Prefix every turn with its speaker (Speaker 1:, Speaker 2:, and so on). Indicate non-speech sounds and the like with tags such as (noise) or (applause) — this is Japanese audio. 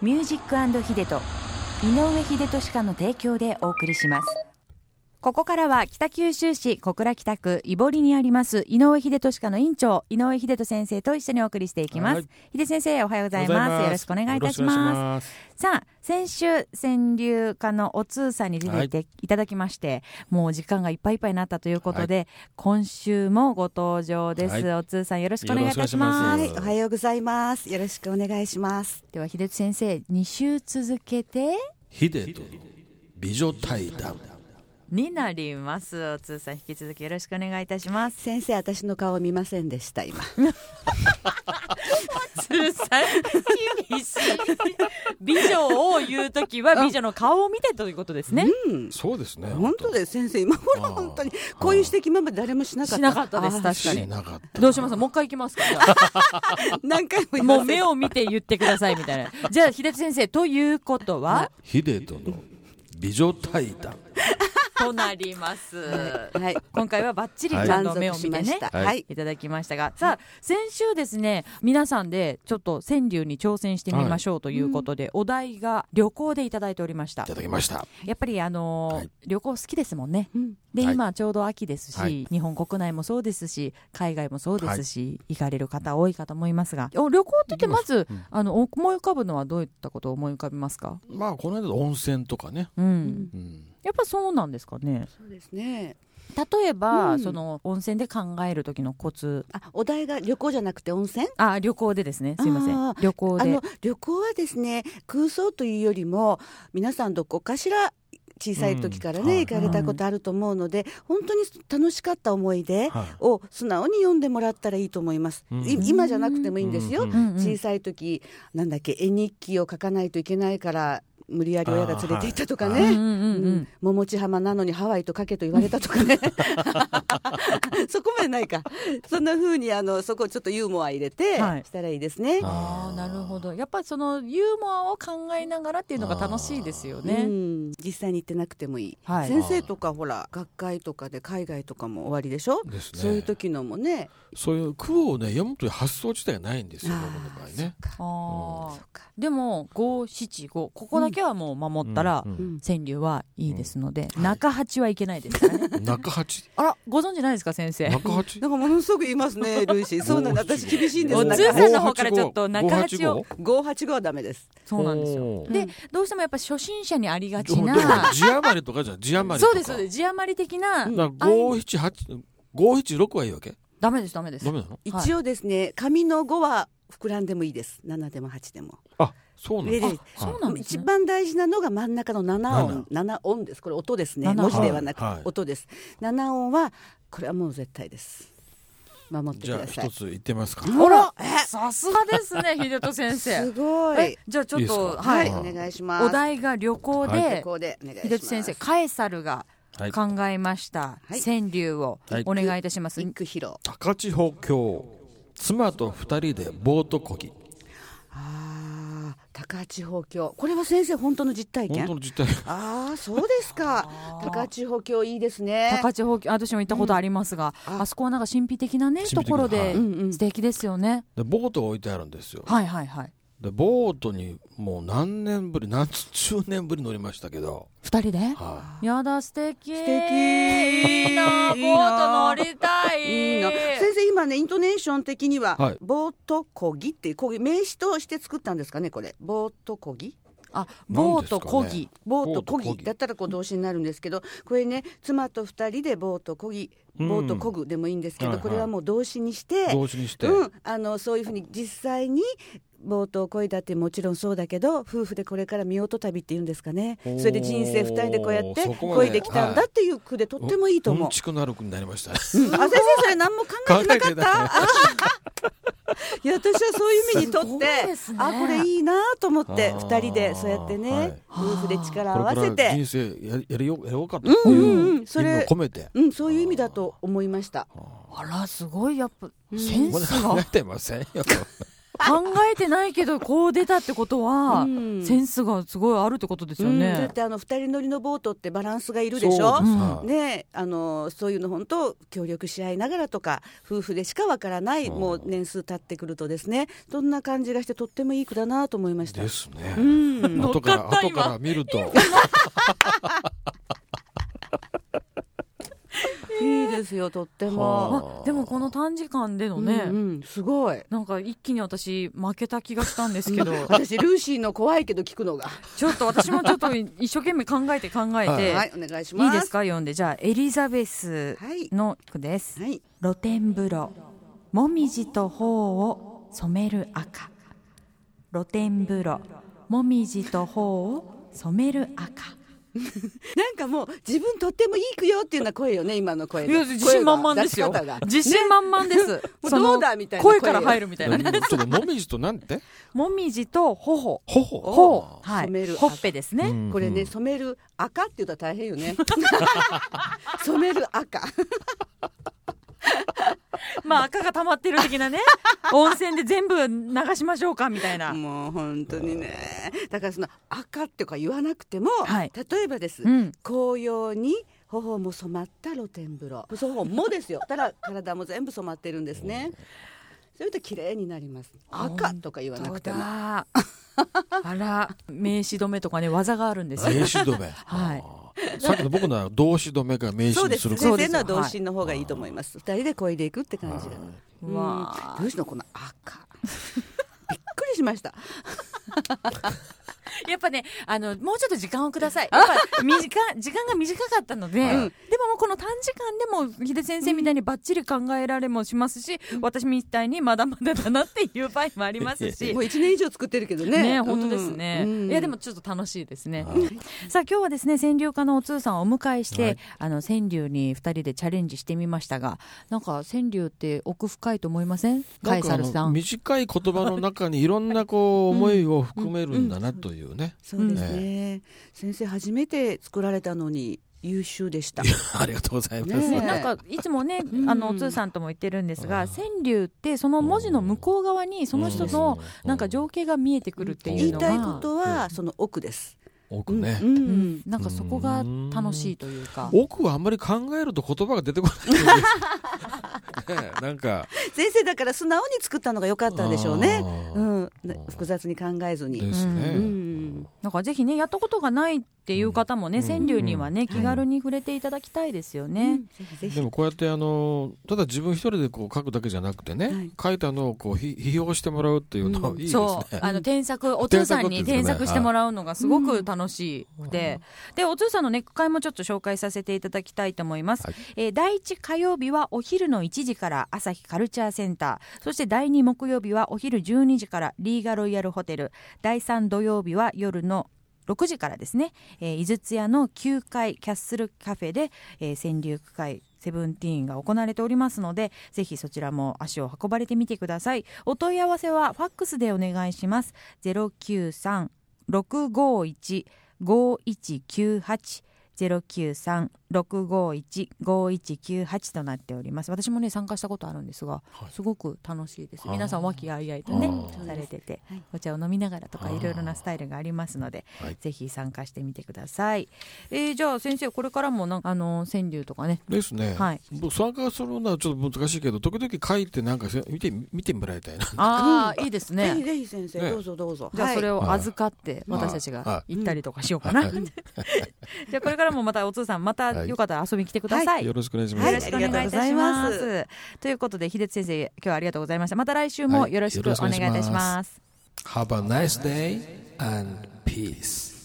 Speaker 1: ミュージックヒデと井上秀俊家の提供でお送りしますここからは北九州市小倉北区井堀にあります井上秀俊家の院長井上秀人先生と一緒にお送りしていきます、
Speaker 2: はい
Speaker 1: 秀先生おはようございますよろしくお願いいたします
Speaker 2: す。
Speaker 1: さあ先週川柳家のお通さんに出ていていただきまして、もう時間がいっぱいいっぱいになったということで、今週もご登場です、
Speaker 2: はい
Speaker 1: お通さんよろしくお願いいたし
Speaker 2: よろしくお願いし
Speaker 1: ま
Speaker 2: ま
Speaker 1: すす
Speaker 3: はい、おはようございます。よろしくお願いします。
Speaker 1: では秀俊先生2週続けて
Speaker 2: ヒデと美女対談。
Speaker 1: になりますお通さん引き続きよろしくお願いいたし
Speaker 3: (laughs)
Speaker 1: ます
Speaker 3: 先生、私の顔見ませんでした、今。
Speaker 1: 通さん厳しい美女を言うときは美女の顔を見てということですね
Speaker 3: うん。
Speaker 2: そうですね。
Speaker 3: 本当です、先生。今頃
Speaker 2: あー
Speaker 3: 本当に、こういう指摘今まで誰もしなかった。
Speaker 1: しなかったです
Speaker 3: あー
Speaker 1: 確か
Speaker 2: し
Speaker 1: に
Speaker 2: なかった。
Speaker 1: どうしますもう一回いき
Speaker 3: (laughs)
Speaker 1: ますかじゃあ
Speaker 3: 何回も言いま
Speaker 1: も
Speaker 3: す
Speaker 1: う目を見て言ってくださいみたいな。じゃあ、秀津先生、ということは、
Speaker 2: ヒデとの美女対談。
Speaker 1: となります。
Speaker 3: はい。
Speaker 1: 今回はバッチリちゃん
Speaker 3: 満
Speaker 1: と目を
Speaker 3: 足し
Speaker 1: 見
Speaker 3: ま
Speaker 1: て
Speaker 3: し
Speaker 1: ね
Speaker 3: た。。
Speaker 2: はい
Speaker 3: はい。
Speaker 1: いただきましたが、さあ、先週ですね、皆さんでちょっと川柳に挑戦してみましょうということで、お題が旅行でいただいておりました
Speaker 2: いた。だきました。
Speaker 1: やっぱりあのー
Speaker 2: はい
Speaker 1: 旅行好きですもんね。
Speaker 3: うん
Speaker 1: で、
Speaker 2: はい
Speaker 1: 今ちょうど秋ですし、
Speaker 2: はい
Speaker 1: 日本国内もそうですし、海外もそうですし、行かれる方多いかと思いますが、お旅行って言ってまず、あの思い浮かぶのはどういったことを思い浮かびますか？
Speaker 2: まあこの間温泉とかね。
Speaker 1: うん。
Speaker 2: うん。
Speaker 1: やっぱそうなんですかね。
Speaker 3: そうですね。
Speaker 1: 例えば、
Speaker 3: うん
Speaker 1: その温泉で考える時のコツ。
Speaker 3: あ、お題が旅行じゃなくて温泉
Speaker 1: あ、旅行でですね。すいませ
Speaker 3: あ
Speaker 1: ん。
Speaker 3: ー
Speaker 1: 旅行
Speaker 3: あ
Speaker 1: で
Speaker 3: の。、旅行はですね、空想というよりも、皆さんどこかしら、小さい時から
Speaker 2: うんはい
Speaker 3: ね、行かれたことあると思うので、本当に楽しかった思い出
Speaker 2: は
Speaker 3: を素直に読んでもらったらいいと思います。
Speaker 2: うん
Speaker 3: い今じゃなくてもいいんですよ。
Speaker 2: うん
Speaker 1: うんうん
Speaker 3: 小さい時なんだっけ絵日記を書かないといけないから無理やり親が連れて行ったとか
Speaker 2: あーは
Speaker 1: うん
Speaker 3: ね。
Speaker 1: うん
Speaker 3: う
Speaker 1: うんうん
Speaker 3: ん、桃地浜なのにハワイと書けと言われたとか
Speaker 1: (laughs)
Speaker 3: ねそこまでないかそんな風にあのそこをちょっとユーモア入れて
Speaker 1: はい
Speaker 3: したらいいですね、
Speaker 1: ああ、なるほど。やっぱそのユーモアを考えながらっていうのが楽しいですよ
Speaker 3: う
Speaker 1: ね。
Speaker 3: ん、実際に行ってなくてもいい、
Speaker 1: はい
Speaker 3: 先生とかほら学会とかで海外とかも終わりでしょ
Speaker 2: ですね
Speaker 3: そういう時のもね
Speaker 2: そういう句をね読むという発想自体がないんですよ。僕の場合ね。
Speaker 1: ああ
Speaker 3: そっか
Speaker 1: でも五七五ここだけはもう守ったら、
Speaker 2: うん
Speaker 3: うん
Speaker 1: 川柳はいいですので、
Speaker 2: うんはい
Speaker 1: 中八はいけないですからね。
Speaker 2: うん中八。
Speaker 1: (laughs) あらご存知ないですか先生。
Speaker 2: 中八。
Speaker 3: なんかものすごく言いますねルーシーそうなの私厳しいんで
Speaker 1: お
Speaker 3: す
Speaker 1: 通
Speaker 3: 中
Speaker 1: さんの方からちょっと中八を
Speaker 3: 585はダメです
Speaker 1: そうなんですよ。
Speaker 2: よ
Speaker 1: で、
Speaker 3: うん
Speaker 1: どうしてもやっぱ初心者にありが
Speaker 2: で
Speaker 1: ち
Speaker 2: も
Speaker 1: な。
Speaker 2: 字余りとかじゃん字余りと
Speaker 1: そ
Speaker 2: か
Speaker 1: うですそうです字余り的
Speaker 3: (laughs)
Speaker 1: な、
Speaker 3: うん
Speaker 2: だから五七八五一六はいいわけ
Speaker 1: ダメですダメです
Speaker 2: ダメなの
Speaker 1: はい
Speaker 3: 一応ですね、紙の5は膨らんでもいいです7でも8でも
Speaker 2: あそうな
Speaker 3: 上
Speaker 2: の
Speaker 3: で
Speaker 1: そうなんです
Speaker 3: 一
Speaker 1: ね
Speaker 3: 番大事なのが真ん中の7音7音ですこれ音ですね
Speaker 1: 七
Speaker 3: 文
Speaker 1: 音
Speaker 3: 字ではなく
Speaker 2: はいはい
Speaker 3: 音です7音はこれはもう絶対です守って
Speaker 2: じ
Speaker 3: く
Speaker 2: ゃあ
Speaker 3: ださ
Speaker 2: 一
Speaker 3: い
Speaker 2: つ言ってみますか
Speaker 3: あらえ
Speaker 1: さすがです
Speaker 2: (laughs)
Speaker 1: ね秀人先
Speaker 3: す
Speaker 1: 生
Speaker 3: ごい
Speaker 1: えじゃあちょっ
Speaker 2: いいで
Speaker 1: と
Speaker 2: すか
Speaker 1: は
Speaker 3: はいい
Speaker 2: うん
Speaker 3: お願いします
Speaker 1: お題が旅行で、
Speaker 2: は
Speaker 3: ここでお願いしま
Speaker 1: 秀
Speaker 3: す
Speaker 1: 人先生カエサルが
Speaker 2: はい
Speaker 1: 考えました、
Speaker 3: はい
Speaker 1: 川柳を
Speaker 2: はい
Speaker 1: お願いいたします、
Speaker 3: 一句披露
Speaker 2: 高千穂峡妻と二人でボートこぎ
Speaker 3: あー高千穂峡これは先生本当の実体
Speaker 2: 本当
Speaker 3: 験
Speaker 2: の実態
Speaker 3: ああそうですか高千穂峡いいですね
Speaker 1: 高千穂峡私も行ったことありますが、
Speaker 3: うん
Speaker 1: あそこはなんか神秘的なね
Speaker 2: 神秘
Speaker 1: と
Speaker 2: 的
Speaker 1: ころ
Speaker 2: は
Speaker 1: で
Speaker 2: い
Speaker 3: うんうん
Speaker 1: 素敵ですよね、
Speaker 2: でボートが置いてあるんですよ
Speaker 1: はいはいはい
Speaker 2: でボートにもう何年ぶり何十年ぶり乗りましたけど
Speaker 1: 二人で
Speaker 2: は
Speaker 1: やだ素敵素
Speaker 3: 敵
Speaker 1: いいなボ
Speaker 3: いいな
Speaker 1: ート乗りたい
Speaker 3: いいな先生今ねイントネーション的には
Speaker 2: はい
Speaker 3: 「ボートこぎ」っていうこぎ名詞として作ったんですかねこれ「ボートこぎ」
Speaker 1: あボートこ
Speaker 2: なんですかね
Speaker 1: ぎ
Speaker 3: ボート
Speaker 2: ボ
Speaker 3: こ
Speaker 2: ート漕
Speaker 3: ぎ
Speaker 2: ぎ
Speaker 3: だったらこう動詞になるんですけどこれね妻と二人でボートこぎ
Speaker 2: うん
Speaker 3: ボートこぐでもいいんですけ
Speaker 2: はい
Speaker 3: ど
Speaker 2: はい
Speaker 3: これはもう動詞にし
Speaker 2: い
Speaker 3: て
Speaker 2: 同時にして
Speaker 3: うんあのそういうふうに実際にボートをこいだってもちろんそうだけど夫婦でこれから見音旅っていうんですかね
Speaker 2: おー
Speaker 3: それで人生二人でこうやって
Speaker 2: そこまで
Speaker 3: こいできたんだっていう句でとってもいいと思
Speaker 2: う。
Speaker 3: うん
Speaker 2: ちくなるくなりましたね
Speaker 3: うんあ先生それ何も考えてなかっ
Speaker 2: 考えてない
Speaker 3: た。あいや私はそういう意味にとって
Speaker 1: すごいですね
Speaker 3: あこれいいなと思って
Speaker 2: あー
Speaker 3: 二人でそうやってね、
Speaker 2: はい
Speaker 3: 夫婦で力を合
Speaker 2: (laughs) こ
Speaker 3: わ
Speaker 2: れから
Speaker 3: せて
Speaker 2: 人生ややりようやろうかという
Speaker 3: うんうん
Speaker 2: 意
Speaker 3: うん
Speaker 2: 味
Speaker 3: そ
Speaker 2: を
Speaker 3: れ
Speaker 2: 込めて
Speaker 3: うんそういう意味だと思いました。
Speaker 1: あらすごいやっぱ
Speaker 3: うん
Speaker 1: セン (laughs)
Speaker 2: まだ
Speaker 1: ス
Speaker 2: 考
Speaker 1: が
Speaker 2: えてませんよ
Speaker 1: 考えてないけどこう出たってことは、
Speaker 3: うん
Speaker 1: センスがすごいあるってことですよ
Speaker 3: うんだ
Speaker 1: ね
Speaker 3: っ。てあの二人乗りのボートってバランスがいるでしょ
Speaker 2: そうですはい
Speaker 3: ねあのそういうの本当協力し合いながらとか夫婦でしかわからない
Speaker 2: うん
Speaker 3: もう年数経ってくるとですねそんな感じがしてとってもいい句だなと思いました
Speaker 2: で。すね
Speaker 3: う。ん
Speaker 2: 後
Speaker 1: 乗
Speaker 2: から
Speaker 1: っかった
Speaker 2: 後
Speaker 1: 今
Speaker 2: から見ると
Speaker 3: いいですよとっても。
Speaker 1: あでもこの短時間でのね、
Speaker 3: うんうんすごい。
Speaker 1: なんか一気に私負けた気がしたんです
Speaker 3: (laughs)
Speaker 1: けど、
Speaker 3: 私ルーシーの怖いけど聞くのが。
Speaker 1: ちょっと私もちょっと一生懸命考えて考えて、、
Speaker 3: はいいお願いし
Speaker 1: い
Speaker 3: ます。
Speaker 1: ですか読んでじゃあエリザベス
Speaker 3: はい
Speaker 1: の句です。
Speaker 3: はい。
Speaker 1: 露天風呂もみじと頬を染める赤露天風呂もみじと頬を染める赤
Speaker 3: なんかもう自分とってもいい句よっていうような声よね今の声
Speaker 1: い
Speaker 3: の
Speaker 1: や自信満々ですよ
Speaker 3: 声が出し方が
Speaker 1: 自信満々
Speaker 3: (laughs)
Speaker 1: です、
Speaker 3: う
Speaker 1: その
Speaker 3: どうだみたいな
Speaker 1: 声
Speaker 3: 声
Speaker 1: から入るみたいなね
Speaker 2: ちょっともみじとなんて
Speaker 1: もみじと頬
Speaker 2: 頬
Speaker 1: 頬は
Speaker 3: 染める
Speaker 1: い
Speaker 3: 赤
Speaker 1: ほっぺですね、
Speaker 2: うん
Speaker 3: これね染める赤って言ったら大変
Speaker 2: (laughs)
Speaker 3: よね。染める赤。
Speaker 1: まあ赤が溜まってる的 (laughs) なね温泉で全部流しましょうかみたいな、
Speaker 3: もう本当にね。だからその赤ってか言わなくても、
Speaker 1: はい
Speaker 3: 例えばです。
Speaker 1: うん
Speaker 3: 紅葉に頬も染まった露天風呂。頬もです
Speaker 1: (laughs)
Speaker 3: よ。たら体も全部染まってるんですね。それと綺麗になります。赤とか言わな
Speaker 1: どう
Speaker 3: くても。
Speaker 1: だ (laughs) あら名刺止めとかね技があるんですよ
Speaker 2: 名詞止め
Speaker 1: はい
Speaker 2: あーさっきの僕なら動詞止めが名詞
Speaker 3: そう
Speaker 2: に
Speaker 3: ですす
Speaker 2: る
Speaker 3: ね。
Speaker 2: から
Speaker 1: そう
Speaker 3: 先
Speaker 1: で
Speaker 3: 生
Speaker 1: す
Speaker 3: のは同心の方がいいと思います。二人で漕いでいくって感じが。うん
Speaker 1: わあ
Speaker 3: 同心のこの赤。びっくりしました。
Speaker 1: やっぱね、あの、もうちょっと時間をください。やっぱ、短、時間が短かったので、
Speaker 2: はい
Speaker 1: でももうこの短時間でも、秀先生みたいにバッチリ考えられもしますし、私みたいにまだまだだなっていう場合もあります (laughs) し
Speaker 3: も。う一年以上作ってるけどね。
Speaker 1: ね、本当ですね、
Speaker 3: うん
Speaker 1: いやでもちょっと楽しいですね、
Speaker 2: はい
Speaker 1: さあ今日はですね川柳家のお通さんをお迎えして、
Speaker 2: はい
Speaker 1: あの川柳に二人でチャレンジしてみましたがなんか川柳って奥深いと思いませんカ
Speaker 2: なん
Speaker 1: イ
Speaker 2: か
Speaker 1: サ
Speaker 2: あ
Speaker 1: ルさ
Speaker 2: の
Speaker 1: ん
Speaker 2: 短い言葉の中にいろんなこう思いを含めるんだなというね
Speaker 3: そうですね。先生初めて作られたのに優秀でした。
Speaker 2: (laughs) ありがとうございま
Speaker 3: ね
Speaker 2: す
Speaker 1: ね、
Speaker 3: え
Speaker 1: なんかいつもね、
Speaker 3: ん
Speaker 1: あのお通さんとも言ってるんですが、
Speaker 2: うん
Speaker 1: 川柳ってその文字の向こう側にその人の
Speaker 2: うん
Speaker 1: なんか情景が見えてくるって
Speaker 3: 言
Speaker 1: い
Speaker 3: いう
Speaker 1: の
Speaker 3: た
Speaker 1: が、
Speaker 3: いことはその奥です。
Speaker 2: 奥ね
Speaker 3: うんう
Speaker 1: うんん、なんかそこが楽しいというか、
Speaker 2: 奥はあんまり考えると言葉が出てこないんですよねえなんか
Speaker 3: 先生だから素直に作ったのが良かったんでしょうね。
Speaker 2: あ
Speaker 3: う
Speaker 2: ー
Speaker 3: ん、な複雑に考えずに。
Speaker 2: ですね
Speaker 1: う
Speaker 3: うん
Speaker 1: なんかぜひねやったことがないっていう方もね、
Speaker 2: うん
Speaker 1: 川柳にはね、
Speaker 2: うん
Speaker 1: 気軽に触れていただきたいですよね。
Speaker 3: ぜひぜ
Speaker 2: で
Speaker 3: ひ。
Speaker 2: もこうやってあのただ自分一人でこう書くだけじゃなくてね、
Speaker 3: はい
Speaker 2: 書いたのをこうひ批評してもらうっていうのは
Speaker 3: う
Speaker 2: いいですね、
Speaker 1: そうあの添削お通さんに添
Speaker 2: 添削
Speaker 1: 削
Speaker 2: っていうんですかね
Speaker 1: してもらうのがすごく楽しくて、でお通さんのね句会もちょっと紹介させていただきたいと思います、
Speaker 2: はい
Speaker 1: えー第1火曜日はお昼の1時から朝日カルチャーセンターそして第2木曜日はお昼12時からリーガロイヤルホテル第3土曜日は夜の6時からですね、えー、井筒屋の9階キャッスルカフェで、えー、川柳区会セブンティーンが行われておりますのでぜひそちらも足を運ばれてみてくださいお問い合わせはファックスでお願いします093-651-5198 093-651-5198となっております私もね参加したことあるんですが、
Speaker 2: はい
Speaker 1: すごく楽しいです
Speaker 2: あー
Speaker 1: 皆さん和気あいあいとね
Speaker 2: あー
Speaker 1: されてて、
Speaker 3: はい
Speaker 1: お茶を飲みながらとか
Speaker 2: あー
Speaker 1: いろいろなスタイルがありますので、
Speaker 2: はい
Speaker 1: ぜひ参加してみてください、えーじゃあ先生これからもなんかあの川柳とか
Speaker 2: (laughs)
Speaker 1: ね
Speaker 2: ですね、
Speaker 1: はい
Speaker 2: 僕参加するのはちょっと難しいけど時々書いてなんかせ見て見てもらいたいな
Speaker 1: ああいいです
Speaker 3: ぜひ
Speaker 1: ね
Speaker 3: ぜひ先生
Speaker 2: ね
Speaker 3: どうぞどうぞ。
Speaker 1: じゃあそれ
Speaker 3: を。
Speaker 1: を預かって
Speaker 2: はい
Speaker 1: 私たちが
Speaker 2: は
Speaker 1: 行ったりとかしようかな、
Speaker 2: はい
Speaker 1: じゃあこれからもまたお通さんまたよかったら遊びに来てください、
Speaker 2: よろしくお願いします、
Speaker 1: よ
Speaker 3: は
Speaker 1: ろしくお願いいたします。ということで、秀津先生、今日はありがとうございました。また来週もよろしくお願いいたし
Speaker 2: はいよろしくお願いし
Speaker 1: ま。
Speaker 2: ます Have a nice day and peace